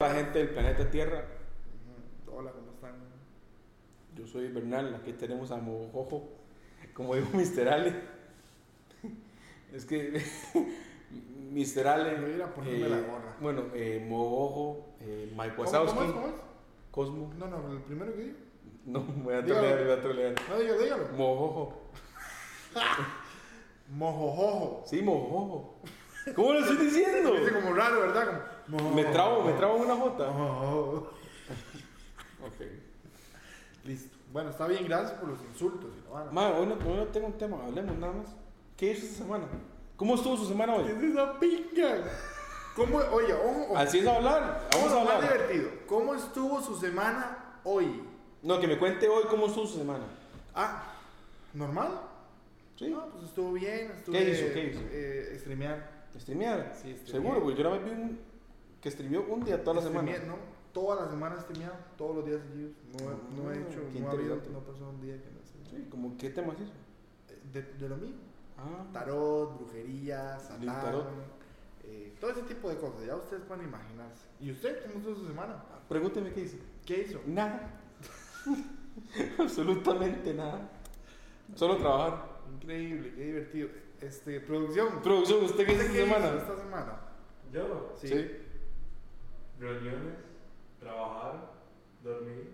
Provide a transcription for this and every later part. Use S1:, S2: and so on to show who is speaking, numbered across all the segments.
S1: la gente del planeta Tierra.
S2: Hola, ¿cómo están?
S1: Yo soy Bernal, aquí tenemos a Mojojo, como dijo Mr. Ale. Es que Mr. Ale.
S2: Voy a ir a ponerme la gorra.
S1: Bueno, eh, Mojojo, eh, Mike
S2: ¿Cómo,
S1: Wazowski,
S2: ¿Cómo es? ¿Cómo es?
S1: Cosmo.
S2: No, no, el primero que digo.
S1: No, voy a
S2: Dígalo.
S1: trolear, voy a trolear.
S2: No, dígalo, dígalo.
S1: Mojojo.
S2: Mojojojo.
S1: Sí, Mojojo. ¿Cómo lo estoy diciendo?
S2: Dice como raro, ¿verdad? Como,
S1: Me trabo, me trabo una jota.
S2: Mojojojo.
S1: Ok.
S2: Listo. Bueno, está bien, gracias por los insultos. Y la vara.
S1: Ma, hoy no, hoy no tengo un tema, hablemos nada más. ¿Qué hizo esta semana? ¿Cómo estuvo su semana
S2: ¿Qué
S1: hoy?
S2: es esa pinga? ¿Cómo, oye, ojo, ojo.
S1: Así es hablar, vamos a
S2: Ojo, más
S1: hablar.
S2: divertido. ¿Cómo estuvo su semana hoy?
S1: No, que me cuente hoy cómo estuvo su semana.
S2: Ah, ¿normal?
S1: Sí.
S2: No, pues estuvo bien. Estuve,
S1: ¿Qué hizo? ¿Qué hizo?
S2: Eh, streamear.
S1: ¿Streamear?
S2: Sí, streameé.
S1: Seguro, güey. Yo la vez vi un- que streameó un día toda la semana.
S2: Streameé, Este No, toda la semana streameado, este todos los días seguidos. No, he- no he
S1: Ah,
S2: hecho,
S1: qué
S2: no ha habido,
S1: interesante.
S2: no ha pasado un día que no streameé.
S1: Sí, como, ¿qué tema es eso?
S2: de, de lo mismo.
S1: Ah,
S2: Tarot, brujería,
S1: Ni
S2: satán,
S1: un tarot.
S2: eh, todo ese tipo de cosas. Ya ustedes pueden imaginarse. ¿Y usted cómo estuvo su semana?
S1: pregúnteme qué hice.
S2: ¿Qué hizo?
S1: Nada. Absolutamente nada. Solo trabajar.
S2: Increíble, qué divertido. Este, producción.
S1: Producción, ¿usted qué hizo
S2: ¿usted
S1: esta
S2: qué hizo
S1: semana?
S2: esta semana?
S3: Yo,
S2: Sí.
S3: reuniones, trabajar, dormir.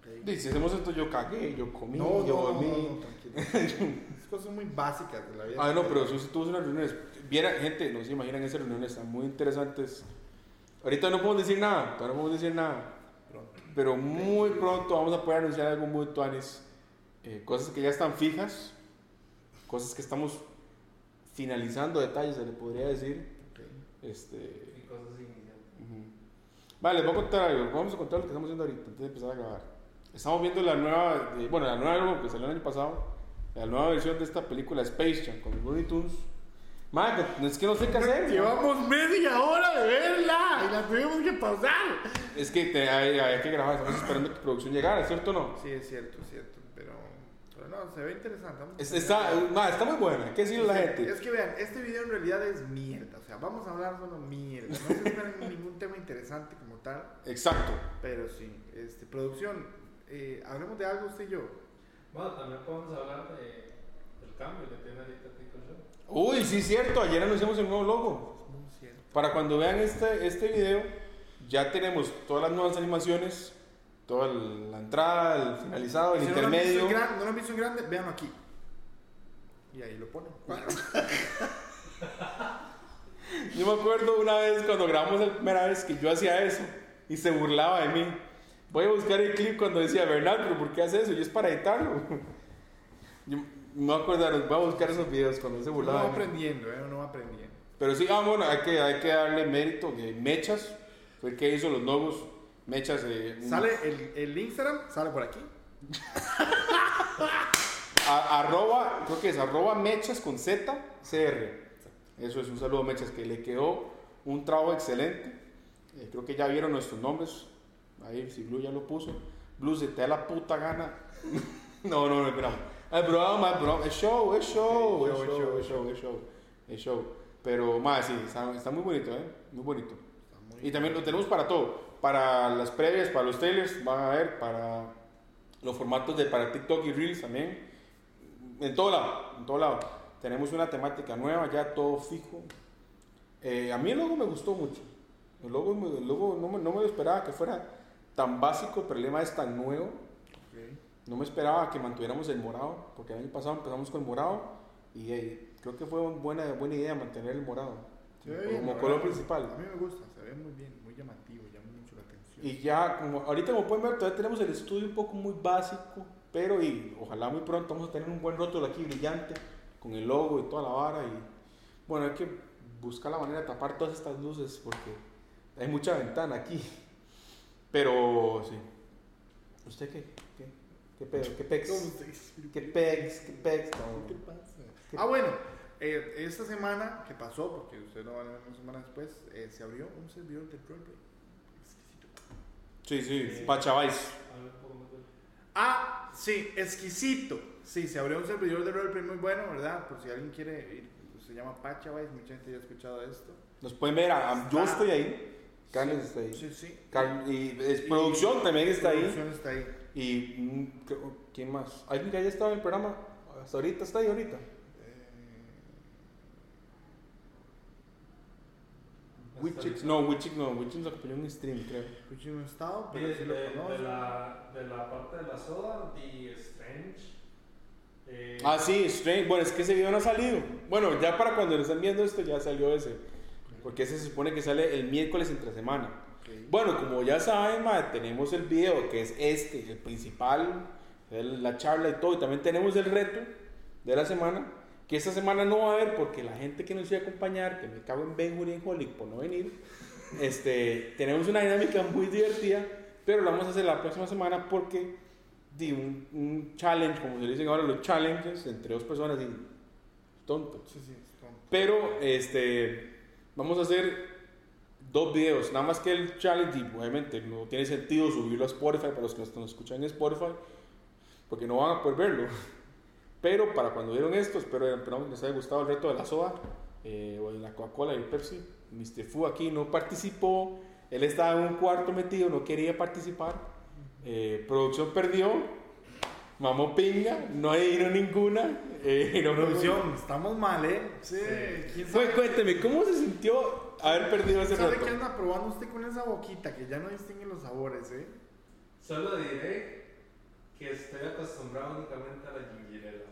S2: Ok.
S1: Dice, si hacemos esto, yo cagué, yo comí,
S2: No, no,
S1: yo
S2: no,
S1: dormí.
S2: no, tranquilo. Es cosas muy básicas de la vida.
S1: Ah, no, pero sí sí tuvo unas reuniones. Viera, gente, no se imaginan esas reuniones, están muy interesantes. Ahorita no podemos decir nada, todavía no podemos decir nada. Pero muy pronto vamos a poder anunciar algo muy tuanes. Eh, cosas que ya están fijas, cosas que estamos finalizando detalles, se le podría decir.
S2: Ok.
S1: Este,
S3: Y cosas iniciales.
S1: Ujú. Vale, les voy a contar algo. Vamos a contar lo que estamos viendo ahorita antes de empezar a grabar. Estamos viendo la nueva, eh, bueno, la nueva álbum que salió el año pasado, la nueva versión de esta película Space Jam con los Looney Tunes. Madre, es que no sé qué hacer.
S2: Llevamos media hora de verla y la tuvimos que pasar.
S1: Es que te- hay, hay que grabar, estamos esperando que producción llegara, ¿cierto o no?
S2: Sí, es cierto, es cierto. Pero, pero no, se ve interesante. vamos a
S1: Es-
S2: ver.
S1: está, madre, está muy buena, hay que decirle a la gente.
S2: Es que vean, este video en realidad es mierda. O sea, vamos a hablar solo mierda. No se esperan ningún tema interesante como tal.
S1: Exacto.
S2: Pero sí, este, producción, eh, hablemos de algo usted y yo.
S3: Bueno, también podemos hablar de, del cambio que tiene ahorita Tico Show.
S1: Uy, sí, cierto, ayer anunciamos el nuevo logo.
S2: No es cierto.
S1: Para cuando vean este, este video, ya tenemos todas las nuevas animaciones, toda el- la entrada, el finalizado, el
S2: Si no lo han visto
S1: intermedio.
S2: en gran- no lo han visto en grande, véanlo aquí. Y ahí lo
S1: Ah,
S2: ponen.
S1: Yo me acuerdo una vez cuando grabamos la primera vez que yo hacía eso y se burlaba de mí. Voy a buscar el clip cuando decía, Bernal, pero ¿por qué haces eso? Y es para editarlo. Yo me voy a acordar, voy a buscar esos videos cuando él se
S2: Uno
S1: burlaba.
S2: va
S1: de mí.
S2: aprendiendo, ¿eh? Uno va aprendiendo.
S1: Pero sí, ah, bueno, hay que, hay que darle mérito que Mechas fue el que hizo los logos. Mechas. eh, un-
S2: Sale el, el Instagram, sale por aquí.
S1: A- arroba, creo que es arroba mechas con Z, CR. Eso es un saludo mechas, que le quedó un trabajo excelente. Eh, creo que ya vieron nuestros nombres. Ahí, si Blue ya lo puso. Blue, se te da la puta gana. no, no, no, esperamos. Es broma, es broma. Es show, es show, es show, es show, es show. Es show. Pero, más, sí, está, está muy bonito, ¿eh? Muy bonito.
S2: Está muy-
S1: Y también lo tenemos para todo. Para las previas, para los trailers, van a ver, para los formatos de para TikTok y Reels también. En todo lado, en todo lado. Tenemos una temática nueva, ya todo fijo. Eh, a mí el logo me gustó mucho. El logo, me- el logo no, me, no me lo esperaba que fuera tan básico, pero el lema es tan nuevo.
S2: Ok.
S1: No me esperaba que mantuviéramos el morado, porque el año pasado empezamos con morado y eh, creo que fue una buena, buena idea mantener el morado
S2: Se ve
S1: como,
S2: bien,
S1: como
S2: la
S1: color
S2: verdad.
S1: principal.
S2: A mí me gusta, se ve muy bien, muy llamativo, llama mucho la atención.
S1: Y ya, como, ahorita como pueden ver, todavía tenemos el estudio un poco muy básico, pero y ojalá muy pronto vamos a tener un buen rótulo aquí brillante, con el logo y toda la vara. Y bueno, hay que buscar la manera de tapar todas estas luces porque hay mucha ventana aquí. Pero sí. ¿Usted qué? ¿Qué, qué pedo? ¿Qué
S2: ¿Cómo
S1: pex?
S2: ustedes?
S1: ¿Qué pex? ¿Qué pex? No,
S2: ¿Qué pasa? Ah, bueno, eh, esta semana que pasó, porque ustedes lo van a ver una semana después, eh, se abrió un servidor de roleplay. Exquisito.
S1: Sí, sí,
S3: Sí.
S1: Pachabais.
S3: Habla un poco más de
S2: Ah, sí, exquisito. Sí, se abrió un servidor de roleplay muy bueno, ¿verdad? Por si alguien pues, quiere ir, se llama Pachavice, mucha gente ya ha escuchado esto.
S1: Nos pueden ver, a- a- yo
S2: Ah.
S1: estoy ahí. Carnes está ahí.
S2: Sí, sí.
S1: Car- y es- producción también está ahí.
S2: Producción está ahí.
S1: Y mm, creo- ¿quién más? ¿Alguien que haya estado en el programa? Hasta ahorita está ahí ahorita.
S2: Eh,
S1: Wichix, no, Wichix no, Wichix nos acompañó en un stream, creo.
S2: Cuchi no ha estado,
S3: De,
S2: pero sí lo
S3: de- de
S2: conozco.
S3: la, de la parte de la soda, The Strange. eh,
S1: Ah, sí, Strange. Bueno, es que ese video no ha salido. Bueno, ya para cuando lo estén viendo esto ya salió ese. Porque ese se supone que sale el miércoles entre semana.
S2: Ok.
S1: Bueno, como ya saben, mae, tenemos el video que es este, el principal, el- la charla y todo. Y también tenemos el reto de la semana, que esta semana no va a haber porque la gente que nos iba a acompañar, que me cago en Benjur y en Holic por no venir, este, tenemos una dinámica muy divertida, pero la vamos a hacer la próxima semana porque di un, un challenge, como se le dicen ahora los challenges, entre dos personas, y tonto.
S2: Sí, sí, es tonto.
S1: Pero este vamos a hacer dos videos. Nada más que el challenge, y obviamente no tiene sentido subirlo a Spotify para los que nos nos escuchan en Spotify, porque no van a poder verlo. Pero para cuando vieron esto, espero, esperamos que les haya gustado el reto de la soda eh, o de la Coca-Cola y el Pepsi. Mr. Fu aquí no participó, él estaba en un cuarto metido, no quería participar. Eh, producción perdió, mamó pinga, no dieron ninguna. eh, no-
S2: Producción, estamos mal, ¿eh? Sí,
S3: Sí.
S2: quién
S1: Fue,
S2: sabe.
S1: cuénteme, ¿cómo se sintió haber perdido ese
S2: ¿Sabe qué
S1: reto?
S2: anda probando usted con esa boquita que ya no distingue los sabores, eh?
S3: Solo diré que estoy acostumbrado únicamente a la gingerela.
S1: Eso,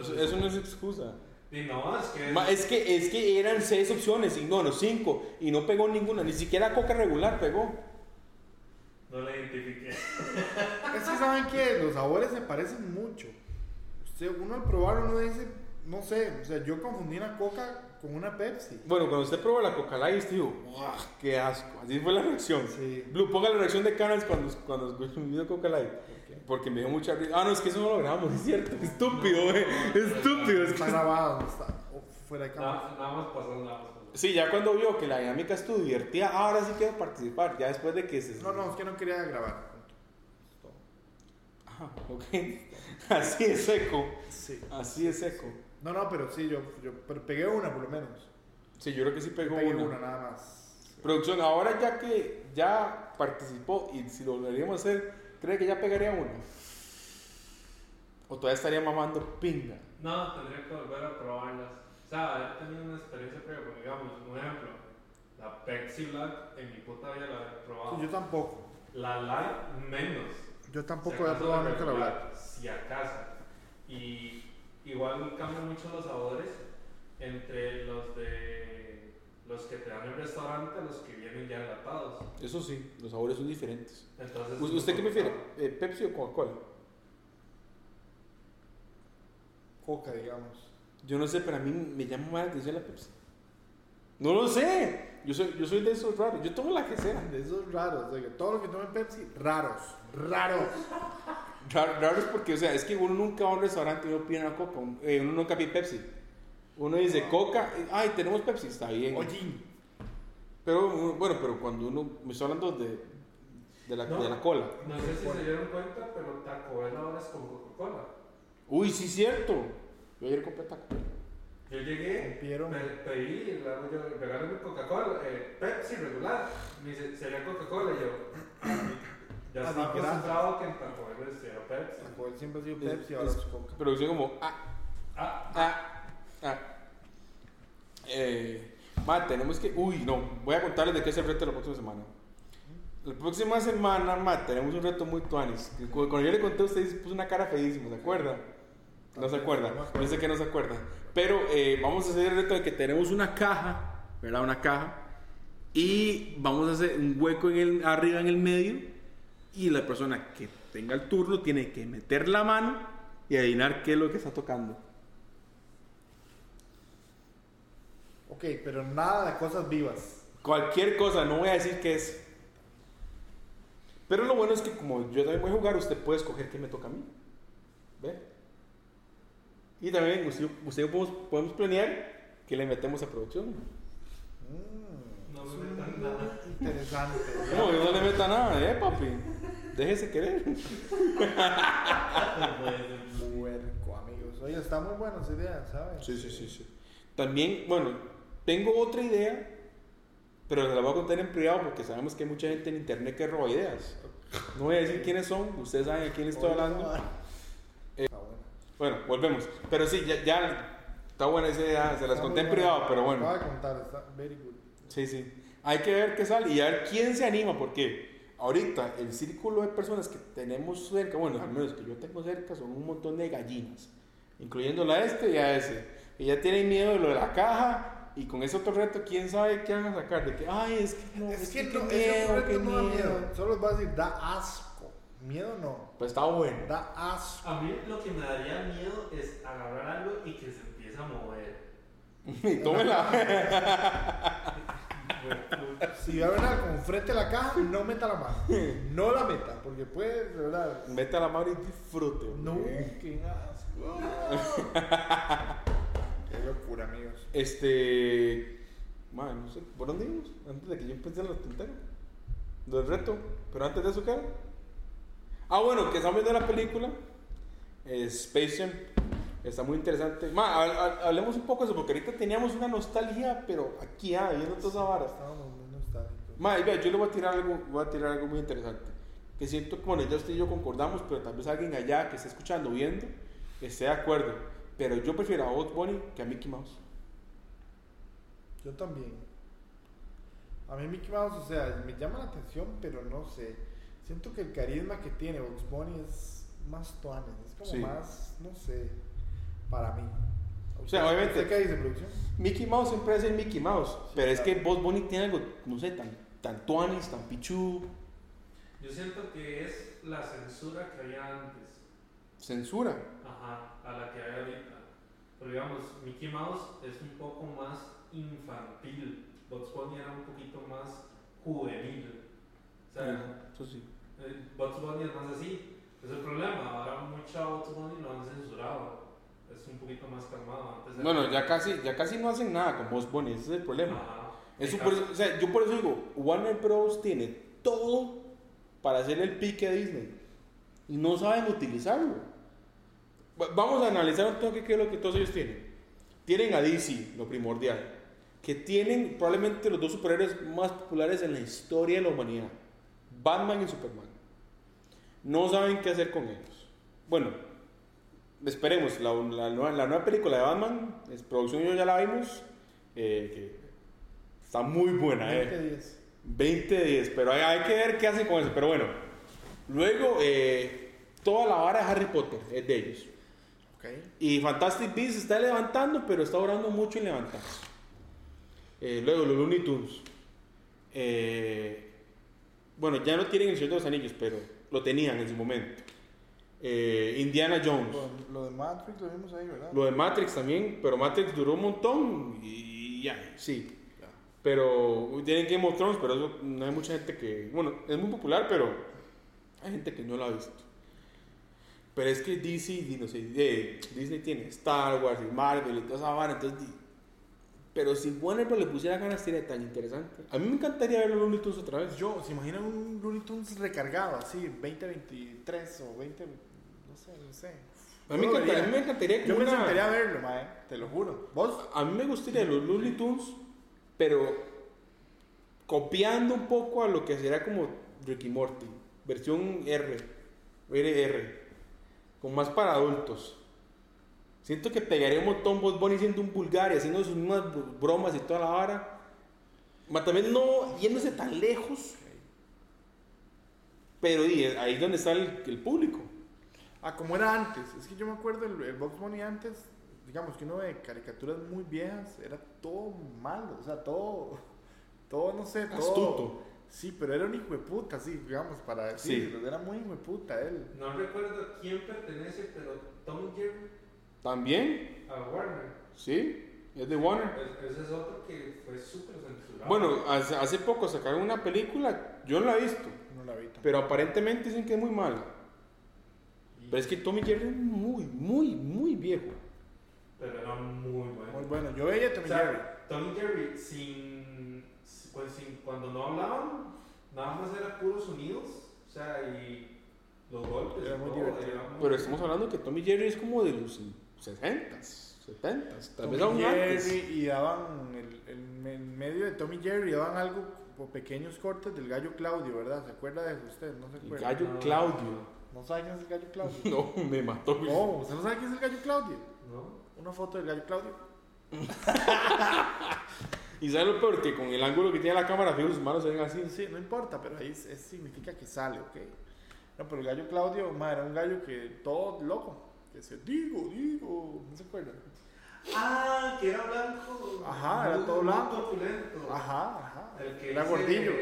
S2: Pues
S3: Entonces,
S1: eso no es excusa.
S3: y no, es que.
S2: eh,
S1: Ma, Es que, es que eran seis opciones y no, no, cinco. Y no pegó ninguna, ni siquiera coca regular pegó.
S3: No la identifiqué.
S2: Es que saben que los sabores se parecen mucho. Usted, uno al probar uno dice, no sé, o sea, yo confundí una coca con una Pepsi.
S1: Bueno, cuando usted probó la coca light, usted dijo, "Buah, qué asco. Así fue la reacción.
S2: Sí.
S1: Blue, ponga la reacción de Canals cuando, cuando consumió coca light. Porque me dio mucha risa. Ah, no, es que eso no lo grabamos, es cierto. Estúpido, güey. Estúpido. es que-
S2: Está grabado, está oh, fuera de cámara.
S3: Nada, nada más pasó, nada más pasó.
S1: Sí, ya cuando vio que la dinámica estuvo divertida, ahora sí quiero participar. Ya después de que se.
S2: No, no, es que no quería grabar.
S1: Ah, ok. Así es seco.
S2: Sí.
S1: Así es seco.
S2: No, no, pero sí, yo, yo pero pegué una por lo menos.
S1: Sí, yo creo que sí pegó
S2: Pegué
S1: una.
S2: una nada más.
S1: Producción, ahora ya que ya participó y si lo volveríamos a hacer, ¿cree que ya pegaría una? ¿O todavía estaría mamando pinga?
S3: No, tendría que volver a probarlas. O sea, haber tenido una experiencia previa, porque, digamos, un ejemplo, la Pepsi Black en mi puta vida la he probado.
S2: Sí, yo tampoco.
S3: La Light menos.
S2: Yo
S3: Si
S2: tampoco he
S3: acaso
S2: probado
S3: la
S2: nunca la
S3: regular,
S2: Black.
S3: Si acaso. Y igual cambian mucho los sabores entre los de los que te dan en el restaurante a los que vienen ya enlatados.
S1: Eso sí, los sabores son diferentes.
S3: Entonces,
S1: ¿U- ¿Usted qué prefiere? eh, ¿Pepsi o Coca-Cola?
S2: Coca, digamos.
S1: Yo no sé, pero a mí me llama más la atención la Pepsi. No lo sé. Yo soy, yo soy de esos raros. Yo tomo la que sea.
S2: De esos raros, de que todo lo que tomen Pepsi, raros, raros.
S1: Rar- Raro es porque, o sea, es que uno nunca va a un restaurante y uno pide una coca, un- eh, uno nunca pide Pepsi. Uno dice
S2: No.
S1: coca, eh, ay, tenemos Pepsi, está bien.
S2: Oye,
S1: Pero uno- bueno, pero cuando uno, me estoy hablando de, de, la,
S3: No.
S1: de la cola.
S3: No sé si se dieron cuenta, pero Taco Bell ahora es con Coca-Cola.
S1: Uy, sí, cierto. Yo ayer compré taco. Bell.
S3: Yo llegué,
S2: Rompieron.
S3: me pedí, luego yo, regálame Coca-Cola, eh, Pepsi regular. Me dice, ¿sería Coca-Cola? Y yo, ya
S2: Ah,
S3: estaba
S2: ni gracias.
S3: acostumbrado que en Taco Bell les diera Pepsi.
S2: Taco Bell siempre ha sido
S1: Es-
S2: Pepsi, ahora
S1: es-
S2: es Coca.
S1: Pero yo como, ah,
S3: Ah,
S1: ah, ah. Eh, ma, tenemos que, uy, no, voy a contarles de qué es el reto de la próxima semana. La próxima semana, ma, tenemos un reto muy tuanis. que cu- Cuando yo le conté a ustedes, puso una cara feísima, ¿se acuerda? No se acuerda, yo sé que no se acuerda. Pero eh, vamos a hacer el reto de que tenemos una caja, ¿verdad? Una caja. Y vamos a hacer un hueco en el, arriba en el medio. Y la persona que tenga el turno tiene que meter la mano y adivinar qué es lo que está tocando.
S2: Ok, pero nada de cosas vivas.
S1: Cualquier cosa, no voy a decir qué es. Pero lo bueno es que como yo también voy a jugar, usted puede escoger qué me toca a mí. ¿Ve? Y también usted, usted podemos, podemos planear que le metemos a producción.
S2: Mm,
S3: No
S2: es
S3: me
S2: un
S3: metan
S2: mundo
S3: nada.
S2: Interesante.
S1: No, yo no le meta nada, ¿eh, papi? Déjese querer.
S2: Puerco, amigos. Oye, están muy buenas ideas, ¿sabes?
S1: Sí, sí, sí, sí. También, bueno, tengo otra idea Pero se la voy a contar en privado porque sabemos que hay mucha gente en internet que roba ideas. No voy a decir quiénes son, ustedes saben de quién estoy hablando. Eh,
S2: Está bueno.
S1: Bueno, volvemos. Pero sí, ya, ya está buena esa idea, se las conté en privado, pero bueno.
S2: Voy a contar, está very good.
S1: Sí, sí. Hay que ver qué sale y a ver quién se anima, porque ahorita el círculo de personas que tenemos cerca, bueno, al menos que yo tengo cerca, son un montón de gallinas, incluyendo la este y a ese. Y ya tienen miedo de lo de la caja y con ese otro reto, quién sabe qué van a sacar. De que, ay, es que no,
S2: es, que,
S1: qué
S2: no, ese
S1: miedo,
S2: reto
S1: qué
S2: no da
S1: miedo".
S2: miedo. Solo les voy a decir, da asco. Miedo no.
S1: Pues está bueno.
S2: Da asco.
S3: A mí lo que me daría miedo es agarrar algo y que se empiece a mover.
S1: Y tómela.
S2: Si va a ver algo frente a la caja, no meta la mano. No la meta, porque puede, de verdad.
S1: Mete la mano y disfrute.
S2: No,
S1: porque-
S2: qué asco. qué locura, amigos.
S1: Este. Madre, no sé, ¿por dónde íbamos? Antes de que yo empecé en la tontera. Del reto. Pero antes de eso, ¿qué era? Ah, bueno, que estamos viendo la película. eh, Space Jam. Está muy interesante. Ma, ha- ha- hablemos un poco de eso, porque ahorita teníamos una nostalgia, pero aquí, ah, viendo todas esas varas.
S2: Estábamos muy nostálgicos.
S1: Ma, y vea, yo le voy a tirar algo, voy a tirar algo muy interesante. Que siento que bueno, ya usted y yo concordamos, pero tal vez alguien allá que esté escuchando, viendo, esté de acuerdo. Pero yo prefiero a Odd Bunny que a Mickey Mouse.
S2: Yo también. A mí Mickey Mouse, o sea, me llama la atención, pero no sé. Siento que el carisma que tiene Bugs Bunny es más tuanes, es como
S1: Sí.
S2: más, no sé, para mí.
S1: O sea, obviamente-
S2: ¿Usted qué dice, producción?
S1: Mickey Mouse siempre hace Mickey Mouse, pero es que
S2: claro.
S1: Bob Bunny tiene algo, no sé, tan, tan tuanis, tan pichu,
S3: Yo siento que es la censura que había antes.
S1: censura.
S3: Ajá, a la que hay ahorita. Pero digamos, Mickey Mouse es un poco más infantil. Bugs Bunny era un poquito más juvenil. O sea,
S1: Eso sí.
S3: eh, Bugs Bunny es más así. Es el problema. Ahora mucha Bugs Bunny lo han censurado. Es un poquito más calmado. Antes era-
S1: Bueno, ya casi, ya casi no hacen nada con Bob Bunny, ese es el problema.
S3: Ajá.
S1: Eso
S3: En
S1: por
S3: cambio-
S1: eso- o sea, yo por eso digo, Warner Bros. tiene todo para hacer el pique a Disney y no saben utilizarlo. Va- Vamos a analizar un toque qué es lo que todos ellos tienen. Tienen a DC, lo primordial, que tienen probablemente los dos superhéroes más populares en la historia de la humanidad, Batman y Superman. No saben qué hacer con ellos. Bueno, esperemos, la, la nueva, la nueva película de Batman, es producción y yo ya la vimos, eh, que está muy buena. Eh.
S2: 20 10.
S1: 20 de 10, pero hay, hay que ver qué hacen con eso. Pero bueno, luego eh, toda la vara de Harry Potter es de ellos.
S2: Ok.
S1: Y Fantastic Beasts está levantando, pero está orando mucho en levantarse. Eh, luego los Looney Tunes. Eh, bueno, ya no tienen el Señor de los Anillos, pero lo tenían en su momento. Eh, Indiana Jones.
S2: Lo, lo de Matrix lo vimos ahí, ¿verdad?
S1: Lo de Matrix también, pero Matrix duró un montón y ya, sí. Pero tienen Game of Thrones, pero eso no hay mucha gente que. Bueno, es muy popular, pero hay gente que no la ha visto. Pero es que DC, di- no sé, eh, Disney tiene Star Wars y Marvel y toda esa vara, entonces. di- Pero si Warner Bros. le pusiera ganas, sería tan interesante. A mí me encantaría ver los Looney Tunes otra vez.
S2: Pues Yo, ¿se imaginan un Looney Tunes recargado así, 2023 o 20, no sé, no sé.
S1: A mí, me
S2: Yo
S1: encantaría-
S2: lo
S1: a mí
S2: vería.
S1: me encantaría que
S2: Yo me
S1: una-
S2: sentaría a verlo, mae, te lo juro. ¿Vos?
S1: A mí me gustaría los Looney Tunes, pero copiando un poco a lo que será como Ricky Morty, versión R, RR, con más para adultos. Siento que pegaría un montón Bob Bunny siendo un vulgar y haciendo sus mismas br- bromas y toda la vara. Ma, también no yéndose tan lejos. Pero y, ahí es donde está el, el público.
S2: Ah, como era antes. Es que yo me acuerdo el, el Box Bunny antes, digamos que uno de caricaturas muy viejas, era todo malo, o sea, todo, todo, no sé, todo.
S1: Astuto.
S2: Sí, pero era un hijo de puta, sí, digamos, para
S1: Sí.
S2: decirlo. Era muy hijo de puta él.
S3: No recuerdo quién pertenece, pero Tom and Jerry
S1: También,
S3: a Warner.
S1: sí, es de Warner.
S3: Es- ese es otro que fue súper censurado.
S1: Bueno, hace, hace poco sacaron una película, yo no la he visto,
S2: No la vi. tampoco.
S1: pero aparentemente dicen que es muy mala.
S3: Y-
S1: Pero es que Tommy Jerry es muy, muy, muy viejo.
S3: pero era muy bueno.
S2: Muy bueno, yo veía
S3: O
S2: también Jerry.
S3: sea, Tom y Jerry, sin, pues, sin- cuando no hablaban, nada más era puros sonidos, o sea, y los golpes.
S2: Era
S3: y
S2: muy
S3: todo,
S2: divertido.
S3: muy-
S1: Pero estamos hablando que Tommy Jerry es como de los 60. 70, tal
S2: Tommy
S1: vez aún antes.
S2: Jerry y daban el, el- en medio de Tommy Jerry daban algo como pequeños cortes del gallo Claudio, ¿verdad? ¿Se acuerda de eso usted? No se
S1: El
S2: acuerda.
S1: gallo
S3: No,
S1: Claudio.
S2: ¿No sabe quién es el gallo Claudio?
S1: No, pues. me mató. güey.
S2: No, ¿usted no sabe quién es el gallo Claudio?
S3: ¿No?
S2: Una foto del gallo Claudio.
S1: Y sabes lo peor que con el ángulo que tiene la cámara, fijo, sus manos se ven así.
S2: Sí, no importa, pero ahí es- es- significa que sale, ¿ok? No, pero el gallo Claudio, ma, era un gallo que todo loco. Que decía, digo, digo, ¿no se acuerdan?
S3: Ah, que era blanco.
S2: Ajá, era
S3: Muy-
S2: todo
S3: muy
S2: blanco.
S3: corpulento.
S2: Ajá, ajá.
S3: El que
S2: Era
S3: dice-
S2: gordillo.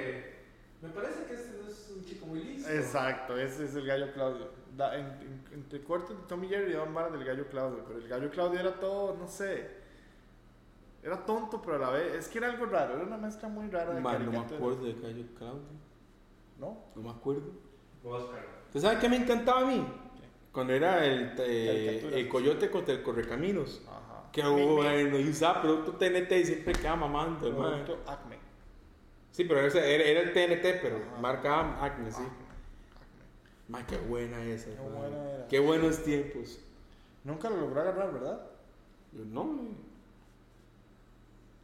S3: Me parece que este no es un chico muy listo.
S2: Exacto, ese es el gallo Claudio. Da- en- en- entre cortes de Tommy Jerry daban varas del gallo Claudio, pero el gallo Claudio era todo, no sé. Era tonto, pero a la vez. Es que era algo raro, era una mezcla muy rara de
S1: Man, no me
S2: caricatura.
S1: acuerdo del gallo Claudio.
S2: ¿No?
S1: No me acuerdo.
S3: Voy a buscarlo.
S1: ¿Usted sabe qué me encantaba a mí? Cuando era el, eh,
S2: Caricaturas.
S1: el coyote contra el correcaminos.
S2: Ajá.
S1: Qué
S2: Mi- mi
S1: bueno, y "Ah, usaba producto TNT y siempre quedaba mamando, hermano.
S2: producto Acme.
S1: Sí, pero ese era, era el TNT, pero
S2: Ajá.
S1: marcaba Acme, sí.
S2: Acme, Acme.
S1: Man, qué buena esa.
S2: Qué
S1: man.
S2: buena era.
S1: Qué buenos tiempos.
S2: Nunca lo logró agarrar, ¿verdad?
S1: Yo, no. man.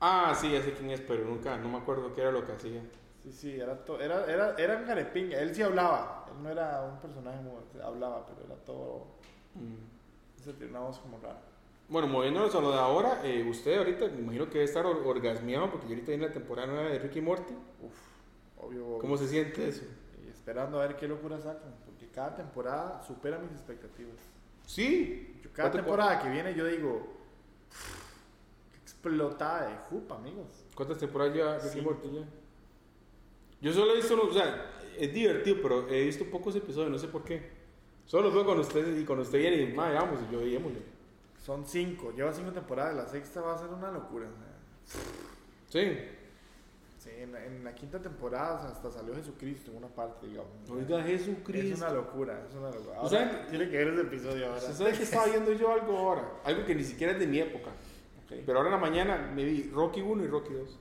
S1: Ah, sí, ya sé quién es, pero nunca, no me acuerdo qué era lo que hacía.
S2: Sí, sí, era, to- era, era, era un garepinga. Él sí hablaba. Él no era un personaje muy. Hablaba, pero era todo.
S1: Mm.
S2: Se tenía una voz como rara.
S1: Bueno, moviéndonos a lo de ahora, eh, usted ahorita me imagino que debe estar or- orgasmeado porque yo ahorita viene la temporada nueva de Ricky Morty.
S2: Uf, obvio.
S1: ¿Cómo se siente eso?
S2: Y esperando a ver qué locura sacan, porque cada temporada supera mis expectativas.
S1: Sí.
S2: Yo cada
S1: ¿Cuánto-
S2: temporada que viene yo digo, "Qué explotada de jupa, amigos.
S1: ¿Cuántas temporadas lleva Ricky
S2: Cinco.
S1: Morty ya? Yo solo he visto, uno- o sea, es divertido, pero he visto pocos episodios, no sé por qué. Solo los veo cuando usted, y cuando usted viene y dice, "Ma, vamos, y yo digámosle.
S2: Son cinco, lleva cinco temporadas, la sexta va a ser una locura. o sea.
S1: Sí.
S2: Sí, en, la- en la quinta temporada o sea, hasta salió Jesucristo en una parte, digamos.
S1: Oiga, Jesucristo.
S2: es una locura, es una locura.
S1: O sea,
S2: Ahora, tiene que ver ese episodio ahora.
S1: ¿Usted sabe que estaba viendo yo algo ahora? Algo que ni siquiera es de mi época.
S2: Ok.
S1: Pero ahora en la mañana me vi Rocky 1 y Rocky 2.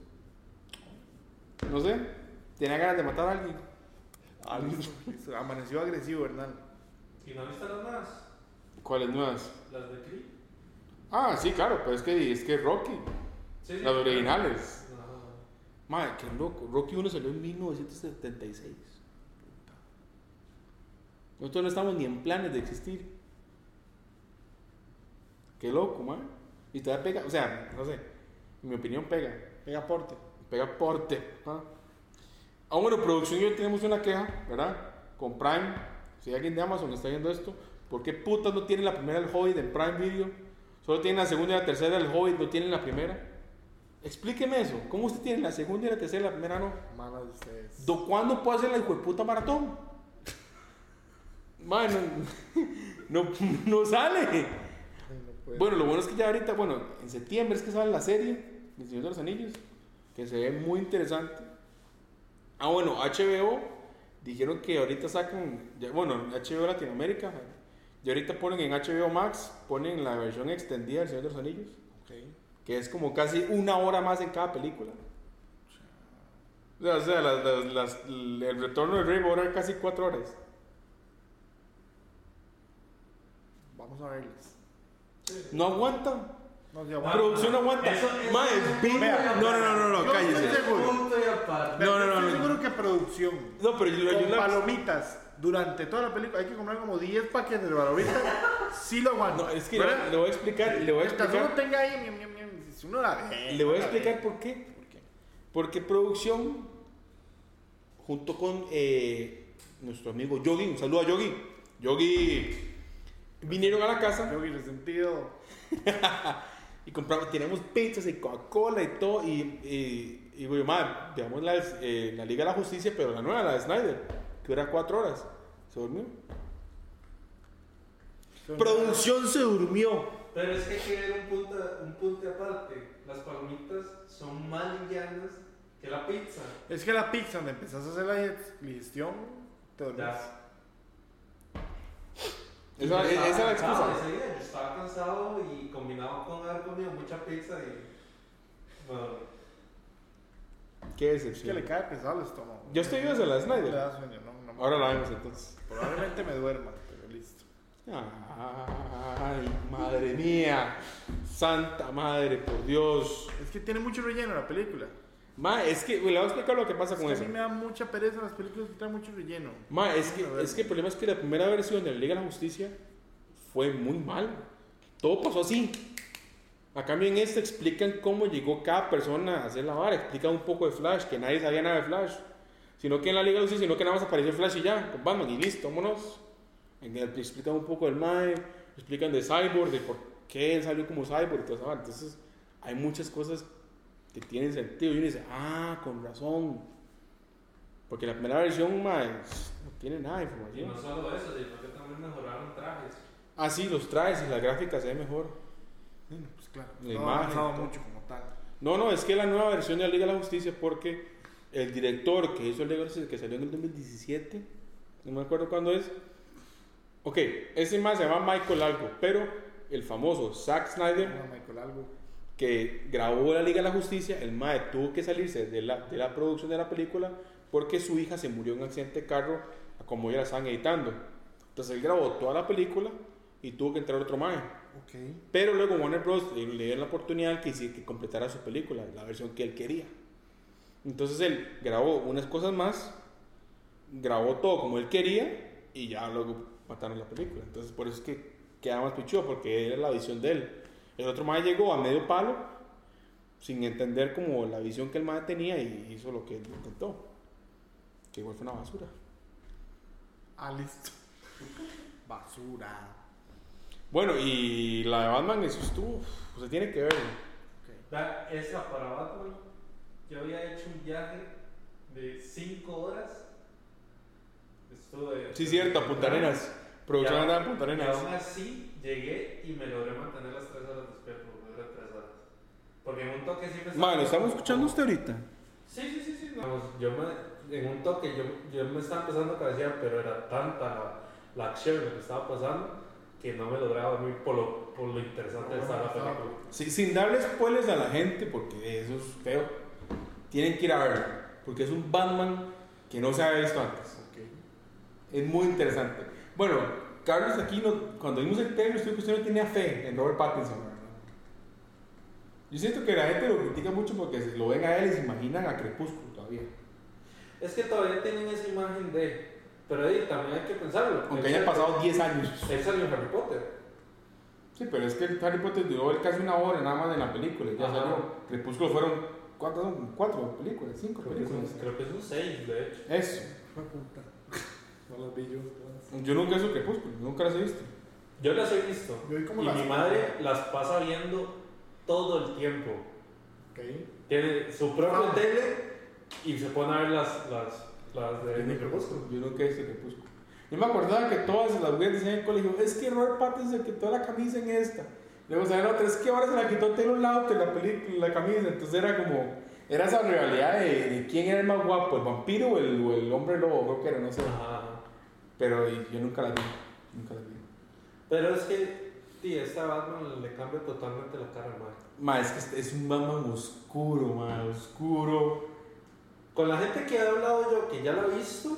S1: No sé, tenía ganas de matar a alguien.
S2: Ah, listo. Amaneció agresivo, Hernán.
S3: ¿Y no viste las más?
S1: ¿Cuáles nuevas?
S3: Las de Creep.
S1: Ah, sí, claro, pero es que, es que Rocky,
S3: Sí, sí.
S1: las originales.
S3: No.
S1: Madre, qué loco. Rocky 1 salió en 1976. Nosotros no estamos ni en planes de existir. Qué loco, madre. Y todavía pega, o sea, no sé, en mi opinión pega.
S2: Pega aporte.
S1: Pega porte. ¿ah? Ah, bueno, producción y yo tenemos una queja, ¿verdad? Con Prime. Si alguien de Amazon está viendo esto, ¿por qué putas no tienen la primera del Hobbit en Prime Video? Solo tienen la segunda y la tercera del Hobbit, no tienen la primera. Explíqueme eso. ¿Cómo usted tiene la segunda y la tercera y la primera no?
S2: Mala de ustedes.
S1: ¿Do ¿Cuándo puedo hacer la puta maratón? Bueno, no, no sale.
S2: Ay, no puedo.
S1: Bueno, lo bueno es que ya ahorita, bueno, en septiembre es que sale la serie, El Señor de los Anillos, que se ve muy interesante. Ah, bueno, HBO, dijeron que ahorita sacan, ya- bueno, HBO Latinoamérica, y ahorita ponen en HBO Max, ponen la versión extendida del Señor de los Anillos,
S2: Ok.
S1: que es como casi una hora más en cada película. O sea, o sea, las- las- las- el retorno del Rey va a durar casi cuatro horas.
S2: Vamos a verles.
S3: Sí.
S1: No aguantan.
S2: No, ya
S1: La
S2: va.
S1: producción no aguanta.
S3: Eso- eso
S1: Mae,
S3: es-
S1: vi-
S2: Vea,
S1: no, no, no, no, no,
S2: yo
S1: cállese.
S2: estoy seguro.
S3: Punto y aparte.
S1: No, no, no,
S2: Estoy
S1: no.
S2: seguro que producción.
S1: No, pero yo, yo
S2: con
S1: la-
S2: palomitas durante toda la película. Hay que comprar como 10 paquetes de palomitas. sí lo aguanto.
S1: No, es que le, le voy a explicar, le voy a
S2: Mientras uno
S1: explicar,
S2: tenga ahí, miam, miam, miam, si uno la ve.
S1: le voy a
S2: la ve.
S1: explicar Eh, por qué. Porque producción, junto con eh, nuestro amigo Yogi, un saludo a Yogi, Yogi, vinieron a la casa
S2: Yogi resentido.
S1: y compramos, tenemos pizzas y Coca-Cola y todo, y, y, y güey, madre, veamos la, eh, la Liga de la Justicia, pero la nueva, la de Snyder, que dura cuatro horas, se durmió. Producción se durmió.
S3: Pero es que hay que ver un punto, un punto aparte. Las palomitas son más livianas que la pizza.
S2: Es que la pizza, donde empezás a hacer la digestión, te dormís.
S3: Ya.
S1: Esa, esa
S3: Yo
S1: es
S2: Ah,
S3: estaba
S1: la
S3: cansado
S1: excusa.
S3: ese día, yo estaba cansado y combinado con haber comido mucha pizza y. Bueno,
S1: Qué
S2: Es que le
S1: decepción.
S2: cae pesado el estómago.
S1: Yo estoy viendo la de
S2: No le
S1: Snyder.
S2: da sueño, no, no me-
S1: Ahora la vemos entonces.
S2: Probablemente me duerma, pero listo.
S1: Ay, madre mía. Santa madre, por Dios.
S2: Es que tiene mucho relleno la película.
S1: Ma, es que, güey, le voy a explicar lo que pasa
S2: Es
S1: con
S2: que a
S1: eso.
S2: mí me da mucha pereza las películas que traen mucho relleno.
S1: Ma, es que,
S2: Vamos a ver.
S1: es que el problema es que la primera versión de la Liga de la Justicia fue muy mal. Todo pasó así. A cambio, en esta explican cómo llegó cada persona a hacer la vara. Explican un poco de Flash, que nadie sabía nada de Flash. Sino que en la Liga de la Justicia, sino que nada más apareció Flash y ya, con Batman, y listo, vámonos. En el- explican un poco del Mae, explican de Cyborg, de por qué él salió como Cyborg y toda esa vara. Entonces, hay muchas cosas que tienen sentido. Y uno dice, ah, con razón. Porque la primera versión, mae, no tiene nada de
S3: Y
S1: información.
S3: no solo eso, sino que también mejoraron trajes.
S1: Ah, sí, los traes y las gráficas se ve mejor.
S2: Sí, no, Pues claro,
S1: La
S2: no
S1: imagen,
S2: ha avanzado
S1: todo.
S2: mucho como tal.
S1: No, no, es que la nueva versión de la Liga de la Justicia, porque el director que hizo el Liga de la Justicia, que salió en el 2017, no me acuerdo cuándo es. Ok, ese más se llama Michael Algo, pero el famoso Zack Snyder
S2: Hola, Michael Algo.
S1: que grabó la Liga de la Justicia, el MAE tuvo que salirse de la, de la producción de la película porque su hija se murió en un accidente de carro a como ya la estaban editando. Entonces él grabó toda la película y tuvo que entrar otro MAE.
S2: Ok.
S1: Pero luego Warner Bros. le le dio la oportunidad que, hici- que completara su película, la versión que él quería. Entonces él grabó unas cosas más, grabó todo como él quería y ya luego mataron la película. Entonces por eso es que queda más pichudo, porque era la visión de él. El otro más llegó a medio palo sin entender como la visión que el más tenía y hizo lo que él intentó. Que igual fue una basura.
S2: Ah, listo. Basura.
S1: Bueno, y la de Batman, eso estuvo. Usted tiene que verlo.
S2: Ok.
S3: Vea, esa para Batman, yo había hecho un viaje de 5 horas. Estuve.
S1: Sí, cierto, a Punta Arenas. Producción
S3: Ya.
S1: andaba en Punta
S3: Y
S1: Arenas.
S3: aún así llegué y me logré mantener las 3 horas despierto, porque era 3 horas. Porque en un toque siempre. estaba-
S1: Mano, ¿estamos escuchando usted ahorita?
S3: Sí, sí, sí, sí. no. Vamos, yo me, en un toque yo, yo me estaba empezando a cabecear, pero era tanta la, la acción lo que estaba pasando que no me lograba dormir por lo, por lo interesante de estar la película.
S1: Sí, sin darle spoilers a la gente, porque eso es feo. Tienen que ir a verlo, porque es un Batman que no se había visto antes. Es muy interesante. Bueno, Carlos aquí, no- cuando vimos el trailer, usted, usted no tenía fe en Robert Pattinson. ¿verdad? Yo siento que la gente lo critica mucho porque se lo ven a él y se imaginan a Crepúsculo todavía.
S3: Es que todavía tienen esa imagen de. Pero ahí también hay que pensarlo.
S1: Aunque
S3: Él
S1: hayan
S3: sal-
S1: pasado 10 años.
S3: Él salió en Harry Potter.
S1: Sí, pero es que el Harry Potter duró el casi una hora nada más en la película. Ya
S3: Ajá.
S1: salió. Crepúsculo fueron. ¿Cuántas son? Cuatro películas, cinco
S3: Creo que, es un,
S1: películas.
S3: creo que es un 6, de hecho.
S1: Eso.
S2: Fue puta. No las vi yo. todas.
S1: Yo nunca he visto Crepúsculo, nunca las he visto.
S3: Yo las he visto.
S2: Yo vi como
S3: y
S2: las-
S3: mi madre las pasa viendo todo el tiempo.
S2: Ok.
S3: Tiene su propia
S2: Ah.
S3: tele y se pone a ver las, las, las de de Crepúsculo.
S1: Yo nunca he visto Crepúsculo. Yo me acordaba que todas las mujeres decían en el colegio, es que Robert Pattinson se quitó la camisa en esta. Luego salió la otra, es que ahora se la quitó Taylor Lautner la película, la camisa. Entonces era como, era esa rivalidad de, de quién era el más guapo, el vampiro o el, o el hombre lobo, creo que era, no sé.
S3: Ajá, ajá.
S1: Pero y yo nunca la vi, nunca la vi.
S3: Pero es que, tío, esta Batman le cambia totalmente la cara al mae.
S1: Ma, es que este- es un Batman oscuro, ma, oscuro.
S3: Con la gente que he hablado yo que ya la ha visto,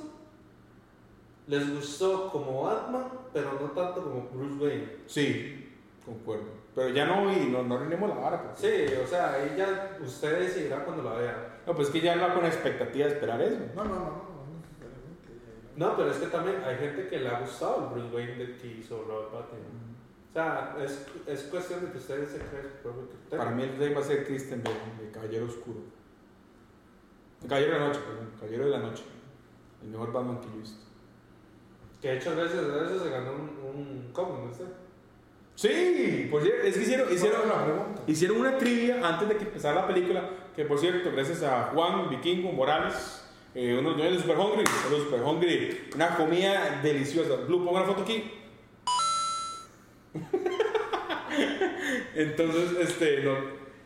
S3: les gustó como Batman, pero no tanto como Bruce Wayne.
S1: Sí, concuerdo. Pero ya no, y no, no reunimos la vara. porque-
S3: Sí, o sea, ahí ya usted decidirá cuando la vea.
S1: No, pues es que ya no con expectativa de esperar eso.
S2: No, no, no, no, no necesariamente.
S3: No, pero es que también hay gente que le ha gustado el Bruce Wayne de que hizo Robert Pattinson. O sea, es, es cuestión de que ustedes se creen su propio criterio.
S1: Para mí el rey va a ser Kristen Bell, el caballero oscuro. El caballero de la noche, perdón. el Caballero de la noche. El mejor Batman que yo he visto.
S3: Que de hecho, gracias a eso se ganó un, un cómic, ¿no sé?
S1: Sí, por cierto, es que hicieron, hicieron,
S2: la pregunta.
S1: hicieron una trivia antes de que empezara la película, que por cierto, gracias a Juan Vikingo Morales, eh, uno de los dueños de Super Hungry, uno de Super Hungry, una comida deliciosa. Blue, ponga la foto aquí. Entonces, este, no,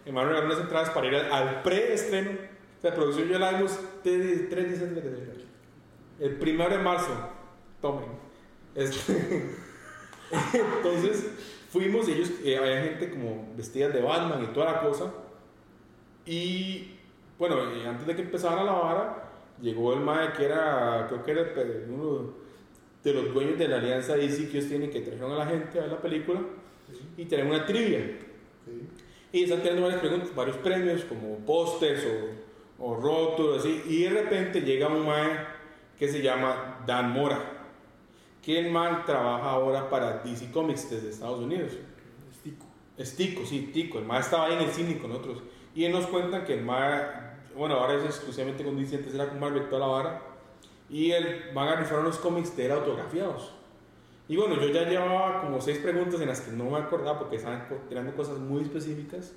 S1: Emanuel regaló unas entradas para ir al, al preestreno. La producción ya la vimos tres tres días antes de que saliera. El primero de marzo. Tomen. Este, entonces fuimos, ellos, eh, había gente como vestida de Batman y toda la cosa. Y bueno, eh, antes de que empezara la vara, llegó el mae que era, creo que era el pe- pues, uno, de los dueños de la alianza DC que ellos tienen que trajeron a la gente a ver la película y traen una trivia.
S2: Sí.
S1: Y están teniendo varias preguntas, varios premios, como pósters o, o rótulos, así. Y de repente llega un man que se llama Dan Mora, que el man trabaja ahora para DC Comics desde Estados Unidos.
S2: Estico.
S1: Es Tico, sí, Tico. El man estaba ahí en el cine con otros. Y él nos cuentan que el man, bueno, ahora es exclusivamente con DC, antes era con Marvel toda la vara. Y el van a rifar unos cómics de él autografiados. Y bueno, yo ya llevaba como seis preguntas en las que no me acordaba porque estaban co- tirando cosas muy específicas.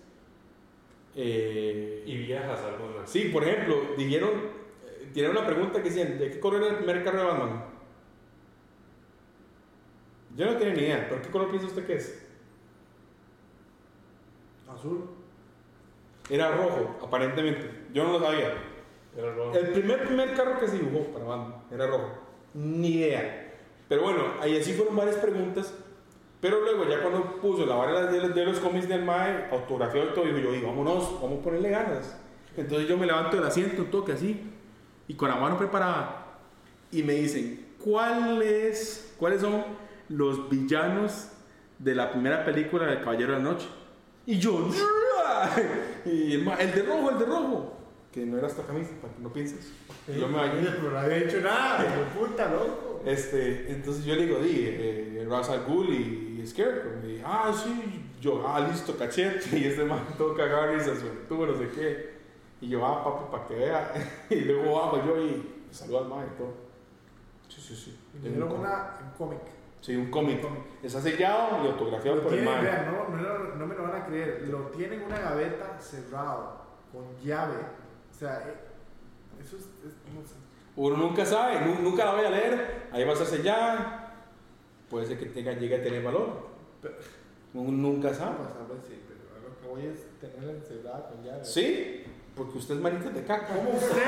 S1: Eh,
S3: Y viajas algunas.
S1: Sí, por ejemplo, dijeron, eh, tiraron una pregunta que decían, ¿de qué color era el primer carro de Batman? Yo no tenía ni idea, pero ¿qué color piensa usted que es?
S2: Azul.
S1: Era rojo, aparentemente. Yo no lo sabía.
S3: Era rojo.
S1: El primer, primer carro que se dibujó para Batman era rojo. Ni idea. Pero bueno, ahí así fueron varias preguntas. Pero luego, ya cuando puso la vara de los, de los cómics del MAE, autografió y todo, digo yo, y vámonos, vamos a ponerle ganas. Entonces yo me levanto del asiento, un toque así, y con la mano preparada, y me dicen, ¿cuáles, ¿cuáles son los villanos de la primera película del Caballero de la Noche? Y yo, y el, mae, el de rojo, el de rojo. Que no era esta camisa, para que no pienses. Y yo me bañé.
S2: Pero no había hecho nada, hijo de puta, loco.
S1: Este, entonces yo le digo, di, eh, Ra's al Ghul y, y Scarecrow. Me dijo, ah, sí. Yo, ah, listo, cachete. Y ese man toca Harry, se sueltura, no sé qué. Y yo, ah, papi, para que vea. y luego bajo yo y saludo al man y todo. Sí, sí, sí.
S2: Me dieron una, un cómic.
S1: Sí, un cómic.
S2: Un cómic.
S1: Está sellado y autografiado por el
S2: Tienen-
S1: man.
S2: vean, no, no, lo- no me lo van a creer. Lo tienen una gaveta cerrado, con llave. O sea, eh, eso es, es- no sé.
S1: Uno nunca sabe, nu- nunca la voy a leer. Ahí va a estar sellada. Puede ser que tenga, llegue a tener valor. Uno nunca sabe.
S2: Vamos a ver si- pero a lo que voy es tenerla encerrada con llave.
S1: Sí, porque usted es manita de caca.
S2: ¿Cómo usted?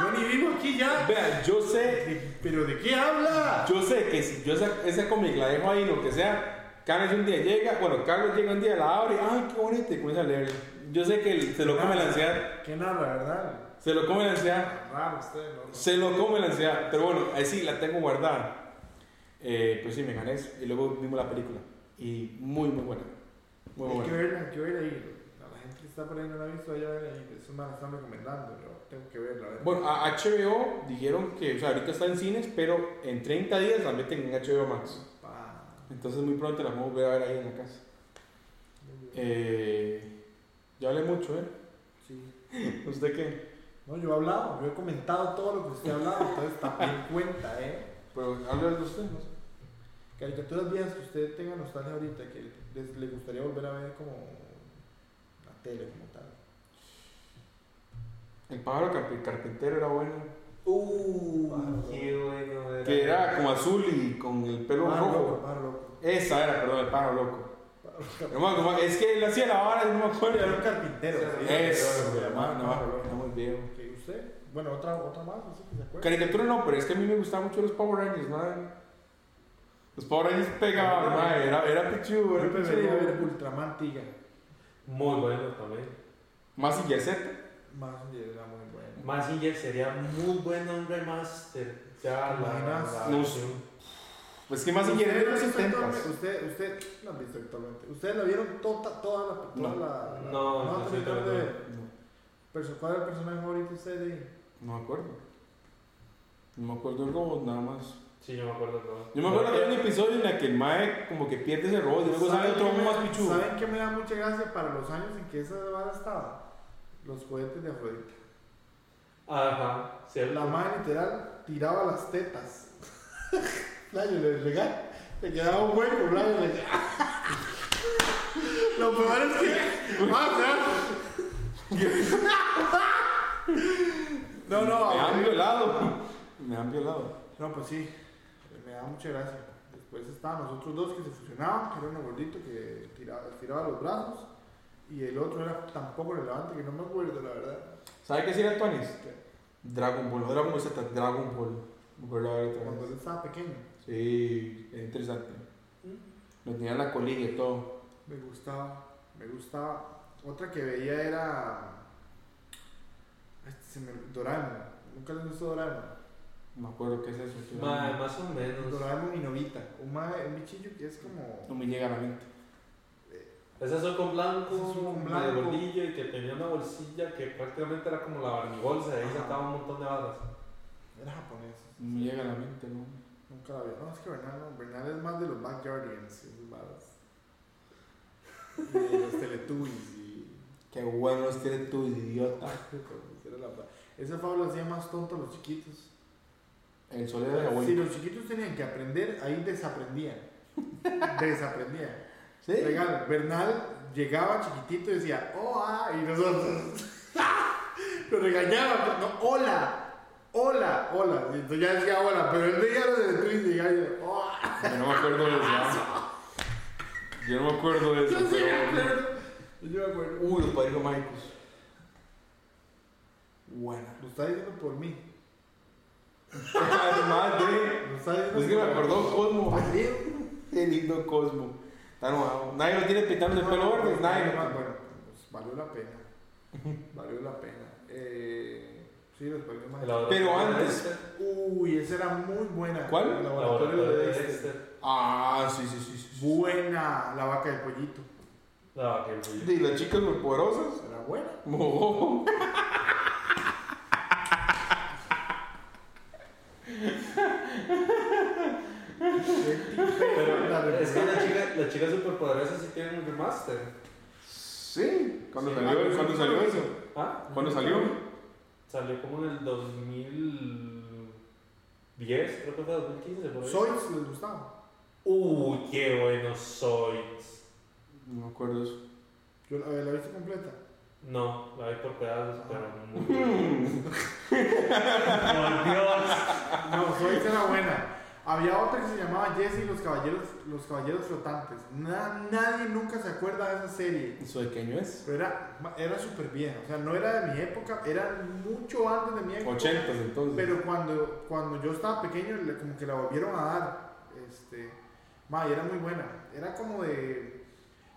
S2: Yo ni vivo aquí ya.
S1: Vea, yo sé,
S2: ¿De- ¿Pero de qué habla?
S1: yo sé que si yo esa, esa cómic la dejo ahí, lo que sea, Carlos un día llega, bueno, Carlos llega un día, la abre, ay, qué bonita, y comienza a leerla. Yo sé que el- se lo come la ansiedad,
S2: ¿Qué nada, verdad?
S1: se lo come la ansiedad,
S2: Raro usted, ¿no?
S1: se lo come la ansiedad, pero bueno, ahí sí la tengo guardada. Eh, pues sí, me gané eso, y luego vimos la película, y muy, muy buena. Muy
S2: hay que
S1: buena.
S2: verla, hay que verla ahí. A la gente que está por ahí no la ha visto, allá verla ahí. Eso me la están recomendando, yo tengo que verla. a ver.
S1: Bueno, a HBO dijeron que, o sea, ahorita está en cines, pero en 30 días la meten en HBO Max.
S2: Pa.
S1: Entonces muy pronto la vamos a volver a ver ahí en la casa. Eh, ya hablé mucho, ¿eh?
S2: Sí.
S1: ¿Usted qué?
S2: No, yo he hablado, yo he comentado todo lo que usted ha hablado, entonces también cuenta, ¿eh?
S1: Pero hable de usted, ¿no?
S2: Caricaturas viejas que usted tenga nostalgia ahorita, que les, le gustaría volver a ver como la tele, como tal.
S1: El pájaro carp- carpintero era bueno.
S2: Uh,
S3: Qué bueno era.
S1: Que era como azul y con el pelo
S2: Ah,
S1: rojo. Esa era, perdón, el pájaro loco. No me acuerdo, es que él hacía la vara y no me acuerdo.
S2: Era un carpintero.
S3: Sí.
S2: sí.
S1: Eso,
S2: Sí.
S1: la mano, la mano, era muy viejo.
S2: Ok, ¿Usted? Bueno, otra, otra más, no sé si se acuerda.
S1: Caricatura no, pero es que a mí me gustaban mucho los Power Rangers, madre. Los Power Rangers pegaban, madre. Era, era pichudo, era
S2: Yo prefería
S1: pichudo.
S2: ver Ultraman Tiga.
S3: Muy bueno también.
S1: Más y Z.
S2: Más y era muy bueno.
S3: Mazinger sería muy buen hombre master. Ya
S2: ¿Te imaginas?
S3: la, la
S1: No
S3: versión.
S1: Pues que más y
S2: ¿Usted
S1: Z
S2: la
S1: era los
S2: vio
S1: 70.
S2: actualmente? Usted, usted, no han visto actualmente. Ustedes la vieron toda, toda la. Toda
S1: No.
S2: la, la- no,
S3: No, no
S2: no,
S3: sé,
S2: no,
S3: pero
S2: de- perso- ¿Cuál es el personaje favorito de usted de ahí?
S1: No me acuerdo. No me acuerdo el robot nada más.
S3: Sí, yo me acuerdo. todo.
S1: Yo me acuerdo que hay un episodio en el que el Mae como que pierde ese robot y luego sale
S2: ¿Saben
S1: otro
S2: qué me-
S1: más pichudo.
S2: ¿Saben qué me da mucha gracia para los años en que esa banda estaba? Los juguetes de Afrodita.
S3: Ajá, cierto.
S2: La madre literal tiraba las tetas. Playo, le regal. Le quedaba un hueco, Playo. Le... Lo peor es que. Ah, o sea. no,
S1: Me han
S2: no.
S1: violado. Me han violado.
S2: No, pues sí. Me da mucha gracia. Después estaban los otros dos que se fusionaban, que era uno gordito que tiraba, estiraba los brazos. Y el otro era tampoco relevante, que no me acuerdo, la verdad.
S1: ¿Sabe qué sí era Tuanis? Dragon Ball. No Dragon Ball Z, Dragon Ball. Me acuerdo ahora otra
S2: Cuando
S1: vez.
S2: él estaba pequeño,
S1: Sí, es interesante.
S2: ¿Mm?
S1: Lo tenía en la colilla y todo.
S2: me gustaba, me gustaba. Otra que veía era. Este, se me- Doraemon. Nunca les gustó Doraemon.
S1: No me acuerdo qué es eso. tío.
S3: Ma, más o menos.
S2: Doraemon y Novita. Un, mae- un bichillo que es como.
S1: No me llega a la mente.
S3: Ese azul con blanco,
S2: Ese azul con
S3: de
S2: blanco.
S3: bolillo y que tenía una bolsilla que prácticamente era como la barnibolsa, de ahí
S2: Ajá.
S3: sacaba un montón de barras.
S2: Era japonés.
S1: No me llega a la mente, ¿no?
S2: Nunca la vi. No, es que Bernal, no. Bernal es más de los Backyardians, esos varas. Y de los Teletubbies y.
S1: Qué buenos tienes tú, idiota.
S2: Era la pa- Esa fábula hacía más tonto a los chiquitos.
S1: El soledad de la abuela.
S2: Si los chiquitos tenían que aprender, ahí desaprendían. desaprendían.
S1: Sí.
S2: Legal, Bernal llegaba chiquitito y decía, oh, ah, y nosotros lo regañaba, no, hola, hola, hola. Y entonces ya decía hola, pero él veía lo de Twitch y llegaba y decía, oh, ah.
S1: Yo no me acuerdo de eso. Yo no me acuerdo de eso,
S2: Yo sí me
S1: pero.
S2: acuerdo. Yo me acuerdo.
S1: Uy, los padrinos mágicos. Buena.
S2: Lo está diciendo por mí.
S1: madre!
S2: Lo está diciendo
S1: Es que me
S2: por mí.
S1: acordó Cosmo.
S2: Ah, sí.
S1: Qué lindo Cosmo. Está enojado. Nadie lo tiene pintando el pelo verde. Nadie.
S2: Bueno, pues valió la pena. Valió la pena. Eh, sí, los valió más.
S3: El
S1: Pero
S3: laboratorio de
S1: antes-
S3: Dexter,
S2: Uy, esa era muy buena.
S1: ¿Cuál?
S2: El
S3: el
S2: laboratorio
S3: laboratorio
S2: de
S3: de
S2: Dexter.
S3: Dexter,
S1: Ah, sí, sí, sí. sí, sí.
S2: Buena la vaca del pollito.
S3: la que influyó.
S1: Y las chicas muy poderosas.
S2: Era buena.
S1: Mojo.
S3: Pero es que
S2: la
S3: la chica, la chica superpoderosa sí tiene un remaster.
S1: Sí. ¿Cuándo
S2: Sí, ah,
S1: salió,
S2: sí,
S1: ¿cuándo
S2: sí,
S1: salió
S2: sí.
S1: eso?
S3: ¿Ah?
S1: ¿Cuándo salió?
S3: Salió como en el 2010, creo que fue 2015. por ahí.
S2: Sois les gustaba.
S3: Uy, qué bueno soy.
S1: No me acuerdo de eso.
S2: Yo la, la viste completa.
S3: No, la vi por pedazos, pero muy
S1: Mm.
S3: Por Dios.
S2: No, Sois era buena. Había otra que se llamaba Jesse y los caballeros, los caballeros flotantes. Na- nadie nunca se acuerda de esa serie.
S1: ¿Eso de qué año es?
S2: Pero era, era súper bien. O sea, no era de mi época, era mucho antes de mi época.
S1: 80 entonces.
S2: Pero cuando, cuando yo estaba pequeño, le- como que la volvieron a dar. Este, ma, y era muy buena. Era como de.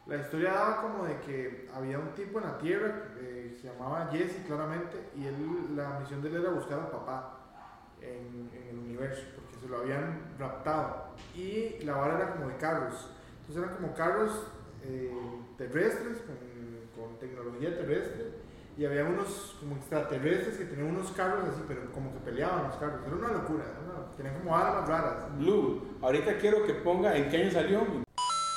S2: La historia daba como de que había un tipo en la tierra, eh, se llamaba Jesse claramente, y él, la misión de él era buscar al papá en, en el universo, porque se lo habían raptado. Y la vara era como de carros. Entonces eran como carros eh, terrestres, con, con tecnología terrestre, y había unos como extraterrestres que tenían unos carros así, pero como que peleaban los carros. Era una locura, era una- tenían como armas raras.
S1: Blue, ahorita quiero que ponga en qué año salió.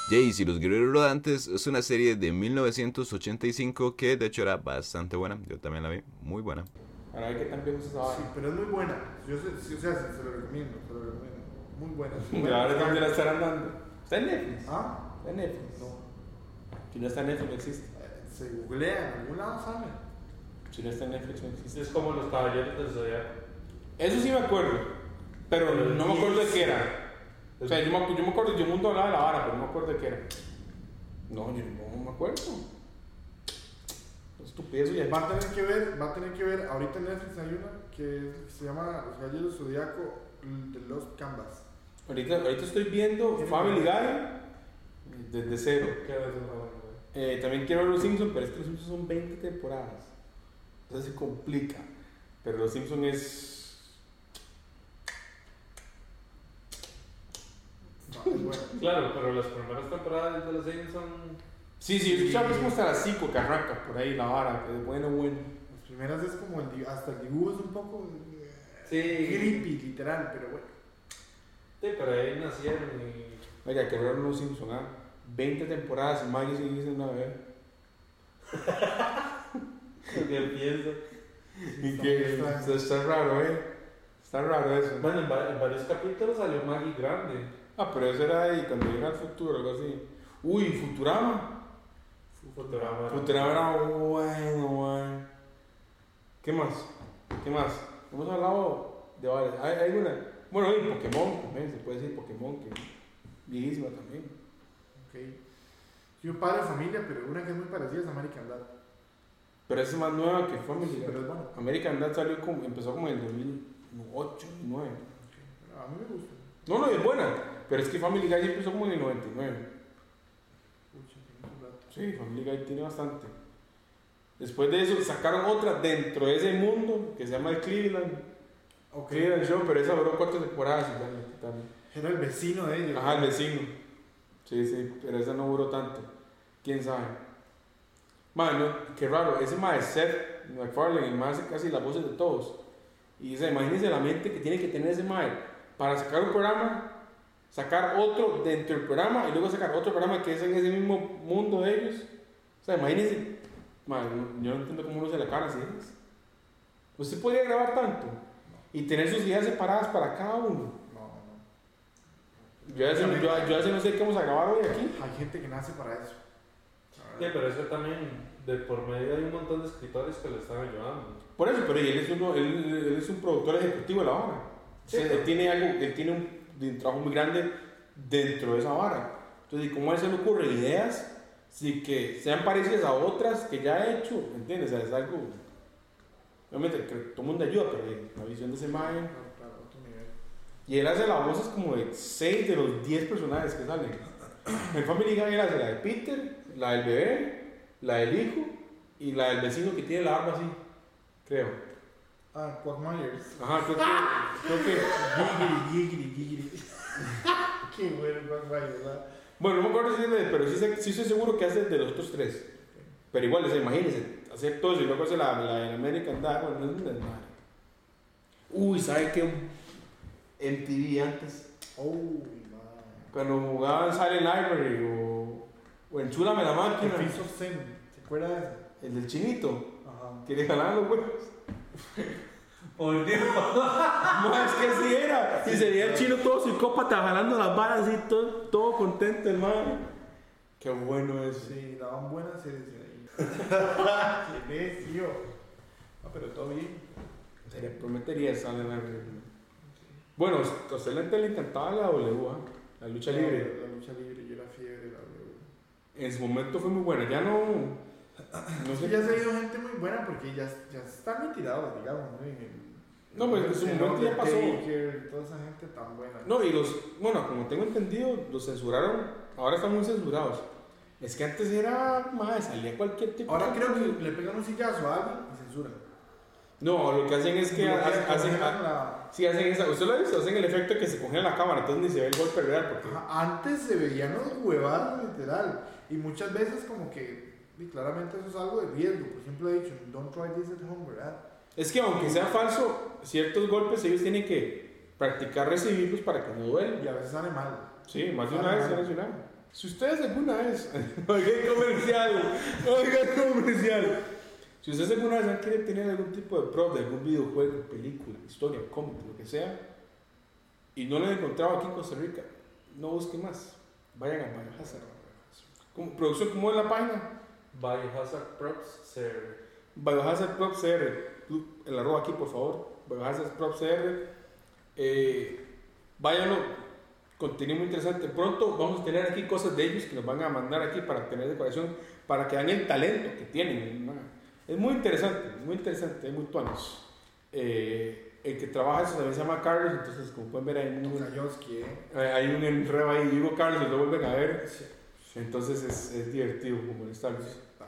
S4: Jace y los guerreros rodantes es una serie de 1985 que de hecho era bastante buena. Yo también la vi, muy buena.
S1: Para ver qué tan viejo es esa
S2: Sí,
S1: vaina.
S2: pero es muy buena. Yo sé- sí, o sea, se, se lo recomiendo, se lo recomiendo. Muy buena.
S1: Y ahora es donde la estarán dando. Está en Netflix.
S2: Ah,
S1: Está en Netflix.
S2: no.
S1: Si no está en Netflix, no existe.
S2: Eh, Se googlea, en algún lado sale.
S1: Si no está en Netflix, no existe.
S3: Es como los caballeros del zodiaco.
S1: Eso sí me acuerdo. Pero no me acuerdo de qué era. O sea, yo me, acu- yo me acuerdo, yo mundo hablaba de la vara, pero no me acuerdo de qué era. No, yo no me acuerdo. Estupidez, oye.
S2: Va a tener que ver, va a tener que ver. Ahorita en Netflix hay una que se llama Los Gallos del Zodiaco de los Canvas.
S1: Ahorita, ahorita estoy viendo Family Guy eh, desde cero.
S3: ¿Qué ves, güey?
S1: Eh, también quiero ver Los Simpsons, pero es que Los Simpsons son 20 temporadas. Entonces se complica. Pero Los Simpsons es...
S2: No, es buena.
S3: Claro, pero las primeras temporadas de los Simpsons.
S1: Sí, sí, yo escuchaba que es como hasta las 5 que arranca por ahí la vara. Que es bueno, bueno.
S2: Las primeras es como el, di- hasta el dibujo es un poco eh,
S3: Sí.
S2: creepy, literal, pero bueno.
S3: Sí, pero ahí nacieron y.
S1: Oiga, que ver Los Simpsons, ¿ah? 20 temporadas y más yo sí hice una vez.
S3: y empieza.
S1: Y que
S2: está-
S1: está, está raro, ¿eh? Está raro eso.
S3: Bueno, en, va- en varios capítulos salió Maggie Grande.
S1: Ah, pero eso era ahí, cuando llega al futuro, algo así. Uy, Futurama.
S3: Futurama.
S1: Futurama era bueno, bueno. ¿Qué más? ¿Qué más? Hemos hablado de varias. ¿Hay, hay una? Bueno, y Pokémon también, se puede decir Pokémon, que viejísima también.
S2: Okay. Sí, un padre de familia, pero una que es muy parecida es American Dad.
S1: Pero esa es más nueva que Family
S2: Pero
S1: Guy.
S2: es bueno.
S1: American Dad salió como, empezó como en el 2008, 2009.
S2: A mí me gusta.
S1: No, no, es buena. Pero es que Family Guy empezó como en el 99.
S2: Pucha, tiene un rato.
S1: Sí, Family Guy tiene bastante. Después de eso sacaron otra dentro de ese mundo que se llama el Cleveland.
S2: Ok, ok.
S1: Sí, era el show, pero esa duró cuatro temporadas igualmente también.
S2: Era el vecino de ellos.
S1: Ajá, el vecino. Sí, sí, pero esa no duró tanto. ¿Quién sabe? Mano, qué raro. Ese mae Seth MacFarlane, el mae hace casi las voces de todos. Y dice, imagínense la mente que tiene que tener ese mae para sacar un programa, sacar otro dentro del programa y luego sacar otro programa que es en ese mismo mundo de ellos. O sea, imagínense. Mae, no- yo no entiendo cómo uno se la cara así. es. Usted podría grabar tanto y tener sus ideas separadas para cada uno.
S2: No, no.
S1: Yo hace, yo, yo hace no sé qué vamos a grabar hoy aquí.
S2: Hay gente que nace para eso.
S3: Sí, pero eso también, de por medio hay un montón de escritores que le están ayudando.
S1: Por eso, pero y él es, uno, él, él es un productor ejecutivo de la vara.
S3: Sí,
S1: O sea,
S3: claro.
S1: él tiene, algo, él tiene un, un trabajo muy grande dentro de esa vara. Entonces, ¿y ¿cómo a él se le ocurren ideas si que sean parecidas a otras que ya ha hecho? ¿Entiendes? O sea, es algo... Obviamente, que todo el mundo ayuda, pero la visión de ese man.
S2: Claro, claro, Ah, otro nivel.
S1: Y él hace las voces como de 6 de los 10 personajes que salen. En Family Guy él hace la de Peter, la del bebé, la del hijo y la del vecino que tiene la arma así. Creo.
S2: Ah, Quagmires.
S1: Ajá, creo que. creo que-
S2: Gigri, gigri. Qué bueno Quagmires, ¿verdad?
S1: Bueno, no me acuerdo si es de- pero sí, sé- sí estoy seguro que hace de los otros tres. Pero igual, o sea, imagínense, hacer todo eso y luego hace la, la de American Dad. Bueno, no es un desmadre. Uy, ¿sabe qué? MTV antes.
S2: Oh, man.
S1: Cuando jugaban Silent Library o, o en Chúlame la máquina,
S2: The Feast of Sin. ¿Se acuerda de eso?
S1: el del chinito.
S2: Ajá.
S1: ¿Quieres jalar los huevos?
S5: Por Dios.
S1: No, es que así era. Y se veía el chino todo psicópata jalando las varas y todo, todo contento, hermano. Qué bueno eso.
S2: Sí, daban buenas series de ahí. ¿Quién es, tío? Ah, pero todo bien.
S1: Se le prometería esa de la Bueno, a usted le le encantaba la W, ¿ah? la lucha libre.
S2: La, lucha libre, yo era fiebre de la W.
S1: En su momento fue muy buena. Ya no. No
S2: Es que
S1: sé.
S2: ya se ha ido gente muy buena porque ya, ya están retirados, digamos, ¿no? En el-
S1: No, pues, en su
S2: el
S1: momento ya pasó.
S2: Undertaker, toda esa gente tan buena.
S1: No, y los. Bueno, como tengo entendido, los censuraron. Ahora están muy censurados. Es que antes era. Madre, salía cualquier tipo
S2: Ahora
S1: de-
S2: creo que le pegan un sillazo a alguien y censuran.
S1: No, lo que hacen es que.
S2: Bloquean,
S1: hacen- hacen,
S2: congelan la-
S1: Sí, hacen esa. ¿Usted lo ha visto? Hacen el efecto que se congela la cámara, entonces ni se ve el golpe real porque.
S2: Ajá, Antes se veían los huevadas, literal. Y muchas veces como que... Y claramente eso es algo de riesgo. Por ejemplo, he dicho, don't try this at home, ¿verdad?
S1: Es que aunque sea falso, ciertos golpes ellos tienen que practicar recibirlos para que no duelen.
S2: Y a veces sale mal.
S1: Sí, más de una vez se ha lesionado. Si ustedes alguna vez. Oiga el comercial. Oiga el comercial. Si ustedes alguna vez han querido tener algún tipo de prop de algún videojuego, película, historia, cómic, lo que sea, y no lo han encontrado aquí en Costa Rica, no busquen más. Vayan a Biohazard. Como producción, ¿cómo es la página?
S3: Biohazard Props se...
S1: Biohazard Prop CR, tú, el arroba aquí por favor, Biohazard Prop CR, eh, váyanlo, contenido muy interesante, pronto vamos a tener aquí cosas de ellos que nos van a mandar aquí para tener decoración, para que vean el talento que tienen, ¿no? es muy interesante, muy interesante, es muy tuanos. Eh, el que trabaja eso también se llama Carlos, entonces como pueden ver hay un,
S2: Kayoski, ¿eh?
S1: hay un enredo ahí, digo Carlos y lo vuelven a ver, entonces es, es divertido como estarlos.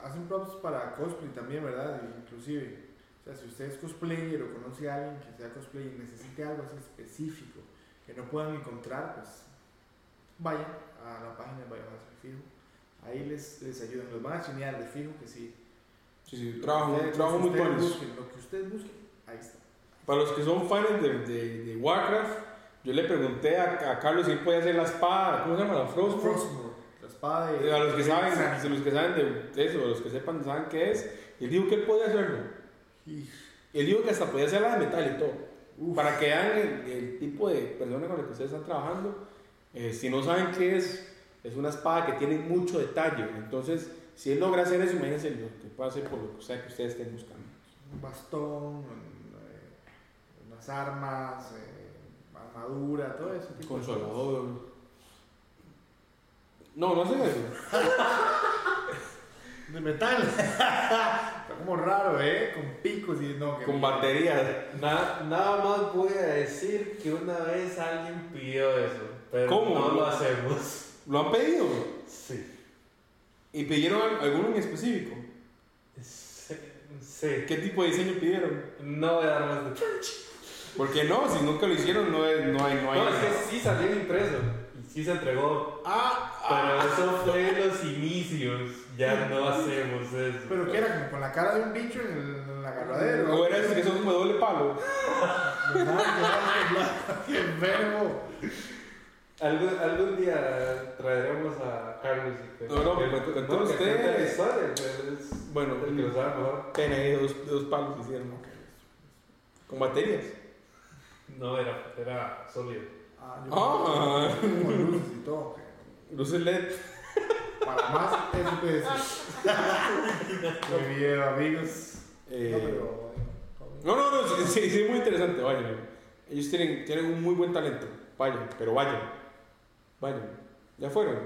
S2: Hacen props para cosplay también, ¿verdad? Inclusive. O sea, si usted es cosplayer o conoce a alguien que sea cosplayer y necesite algo así específico que no puedan encontrar, pues vayan a la página de Biohazard Fijo. Ahí les, les ayudan. Los van a chinear de fijo que sí.
S1: Sí, sí, trabajo,
S2: Ustedes-
S1: trabajo
S2: lo que
S1: muy
S2: ustedes
S1: tuanos.
S2: busquen, Lo que ustedes busquen, ahí está.
S1: Para los que son fans de, de- de Warcraft, yo le pregunté a, a Carlos si él podía hacer la espada, ¿cómo se llama? La Frostborn.
S2: Frostmourne, la espada de.
S1: Eh, A los que
S2: de
S1: saben,
S2: Xan.
S1: de los que saben de eso, los que sepan, saben qué es. Y él dijo que él podía hacerlo.
S2: Y-
S1: Él dijo que hasta podía hacer la de metal y todo.
S2: Uf.
S1: Para que vean el, el tipo de persona con la que ustedes están trabajando. Eh, si no saben qué es, es una espada que tiene mucho detalle. Entonces, si él logra hacer eso, imagínense lo que puede hacer por lo que sea que ustedes estén buscando.
S2: un bastón, un, eh, unas armas, eh, armadura, todo eso.
S1: Consolador. No, no hacen eso.
S2: De metal. Está como raro, ¿eh? Con picos y no. que-
S1: Con baterías.
S3: Na- nada más voy a decir que una vez alguien pidió eso, pero
S1: ¿Cómo?
S3: no lo hacemos.
S1: ¿Lo han pedido?
S3: Sí.
S1: ¿Y pidieron al- alguno en específico?
S3: Sí. sí.
S1: ¿Qué tipo de diseño pidieron?
S3: No voy a dar más de...
S1: Porque no, si nunca lo hicieron, no, es- no hay. No hay
S3: No, es que sí salió impreso y sí se entregó.
S1: Ah,
S3: Pero eso fue los inicios. Ya no hacemos eso.
S2: Pero que era como con la cara de un bicho en el, en el agarradero.
S1: o era eso que son como doble palo.
S2: ¡Qué enfermo!
S3: Algún, algún día traeremos a Carlos y que-
S1: No, no,
S3: que-
S1: pero
S3: que-
S1: contó
S3: que
S1: usted.
S3: cuente la historia, que es-
S1: Bueno,
S3: el que lo sabe mejor.
S1: Pene de dos, de dos palos hicieron. Con baterías.
S3: No, era, era sólido.
S2: Ah,
S1: Ah.
S2: yo con luces y todo.
S1: Luces LED.
S2: Para más FPS. Muy bien, amigos.
S1: Eh,
S2: No, pero, eh,
S1: No, no, no, sí, sí, sí, es muy interesante, vayan. Ellos tienen, tienen un muy buen talento, vayan, pero vayan. Vayan. Ya fueron.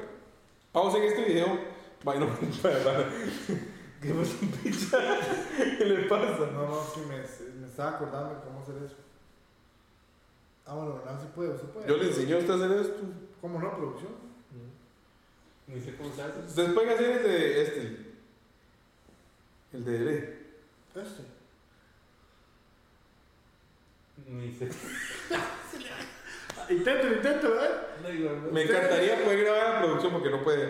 S1: Pausen este video. Vayan, ¿Qué pasa, picha? ¿Qué le pasa?
S2: No, no, sí, me, me estaba acordando de cómo hacer eso. Ah, bueno, no se puede, se puede.
S1: Yo le enseñé a usted a hacer esto.
S2: ¿Cómo no, producción?
S3: Ni sé cómo se hace.
S1: Ustedes pueden hacer el de este. El de E Dele.
S2: Este.
S3: Ni sé.
S2: Ah, Intento, intento, ¿eh? ¿verdad?
S3: No, igual, no.
S1: Me encantaría poder grabar la producción porque no puede.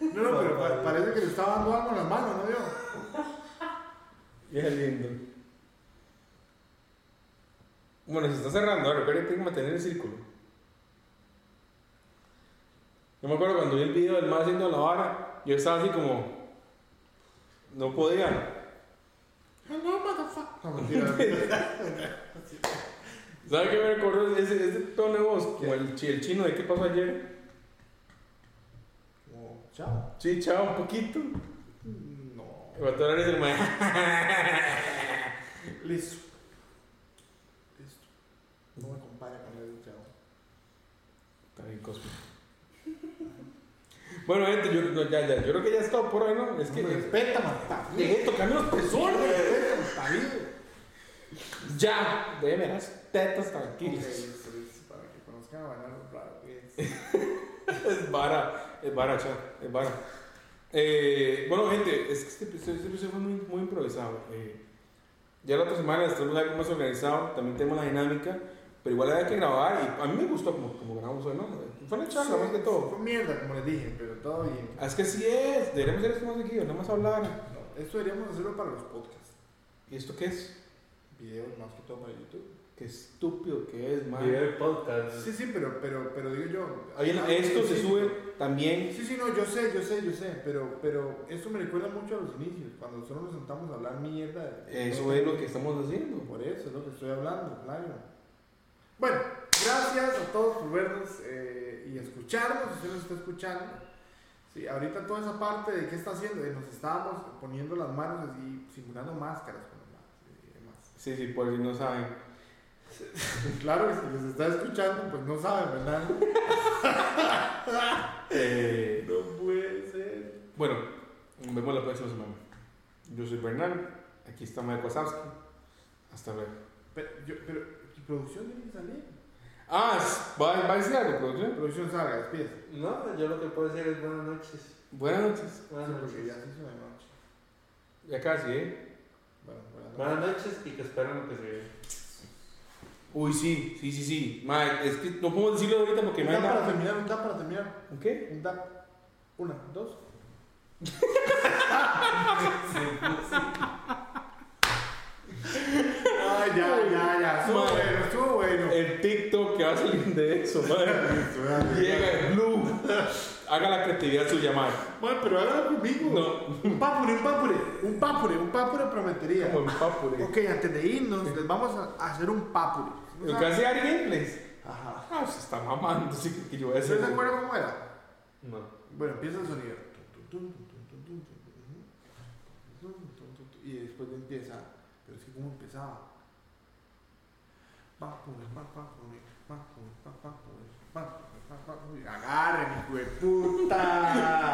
S2: No, no, pero pa- parece que le estaba dando algo en las manos, ¿no vio?
S1: Qué lindo. Bueno, se está cerrando, ahora recuerden que hay que mantener el círculo. Yo me acuerdo cuando vi el video del más haciendo la vara, yo estaba así como. No podía.
S2: No, motherfucker. No, mentira.
S1: ¿Sabe qué me recordó ese, ese tono de voz? Como el, chi- el chino de qué pasó ayer.
S2: Como, chao.
S1: Sí, chao, un poquito.
S2: No.
S1: Y cuando ahora es el maestro.
S2: Listo. Listo. No me compare con el chao.
S1: Está bien cósmico. Bueno, gente, yo, no, ya, ya, yo creo que ya he estado por ahí, ¿no? Es que.
S2: No me respeta, Marta.
S1: Dejé de tocarme los
S2: No me
S1: pezones.
S2: respeta, Marta. vivo.
S1: Ya, déjeme las tetas
S2: Ok,
S1: tranquilas.
S2: listo, listo, Para que conozcan a bailar lo raro que es.
S1: Es vara, es vara, cha, es vara. Eh, bueno, gente, es que este episodio, este episodio fue muy, muy improvisado. eh. ya la otra semana estamos algo más organizado, también tenemos la dinámica, pero igual había que grabar y a mí me gustó como, como grabamos hoy, ¿no? Fue una charla más que todo.
S2: Fue mierda, como les dije, pero todo bien.
S1: Ah, Es que así es, deberíamos hacer esto más seguido, nada más hablar.
S2: No, esto deberíamos hacerlo para los podcasts.
S1: ¿Y esto qué es?
S2: Videos más que todo para YouTube.
S1: Qué estúpido que es, man.
S3: Video de podcast.
S2: Sí, sí, pero, pero, pero digo yo.
S1: Ahí en-
S2: ah,
S1: esto
S2: sí,
S1: se
S2: sí.
S1: sube también.
S2: Sí, sí, no, yo sé, yo sé, yo sé, pero, pero esto me recuerda mucho a los inicios, cuando nosotros nos sentamos a hablar mierda. de-
S1: Eso es lo que estamos haciendo.
S2: Por eso es lo que estoy hablando, claro. Bueno, gracias a todos por vernos eh, y escucharnos, si usted nos está escuchando. Sí, ahorita toda esa parte de qué está haciendo, eh, nos estábamos poniendo las manos y simulando máscaras con las manos y demás.
S1: Sí, sí, por si no saben.
S2: Claro que si les está escuchando, pues no saben, ¿verdad?
S1: Eh,
S2: No puede ser.
S1: Bueno, nos vemos la próxima semana. Yo soy Bernal, aquí está Mike Wazowski. Hasta luego.
S2: Pero, yo, pero, ¿y producción tiene que salir?
S1: Ah, s- va, va a decir algo, producción.
S2: Producción salga, despídese.
S3: No, yo lo que puedo decir es buenas noches.
S1: Buenas noches.
S2: Sí,
S3: Buenas
S2: porque ya
S3: noches.
S2: se hizo de noche.
S1: Ya casi, ¿eh?
S2: Bueno, buenas noches.
S3: Buenas noches y que esperan lo que se viene.
S1: Uy, sí, sí, sí, sí. Mike, es que no podemos decirlo ahorita porque
S2: Un
S1: no hay
S2: tap para
S1: nada.
S2: terminar, un tap para terminar.
S1: ¿Un ¿Qué?
S2: Un tap. Una, dos. Ay, ya, ya, ya. Estuvo
S1: Madre.
S2: bueno, estuvo bueno.
S1: El TikTok que va a salir de eso, Mike. Llega el Blue. Haga la creatividad suya, Mike.
S2: Bueno, pero hágalo conmigo. Un papure, un papure. Un papure, un papure prometería.
S1: Como en Papure.
S2: Ok, antes de irnos, les vamos a hacer un papure. ¿No
S1: Lo que hace Ari Gameplays.
S2: Ajá.
S1: Ah, se está mamando, sí, que yo voy a hacer.
S2: ¿Ustedes se acuerdan cómo era?
S3: No.
S2: Bueno, empieza el sonido. Tun, tun, tun, tun, tun, tun, tun, tun, tun, tun, tun, tun. Y después empieza. Pero es que cómo empezaba. Papure, pa, papure, papure, pa, papure, papure, papure. Agarren, hijo de puta.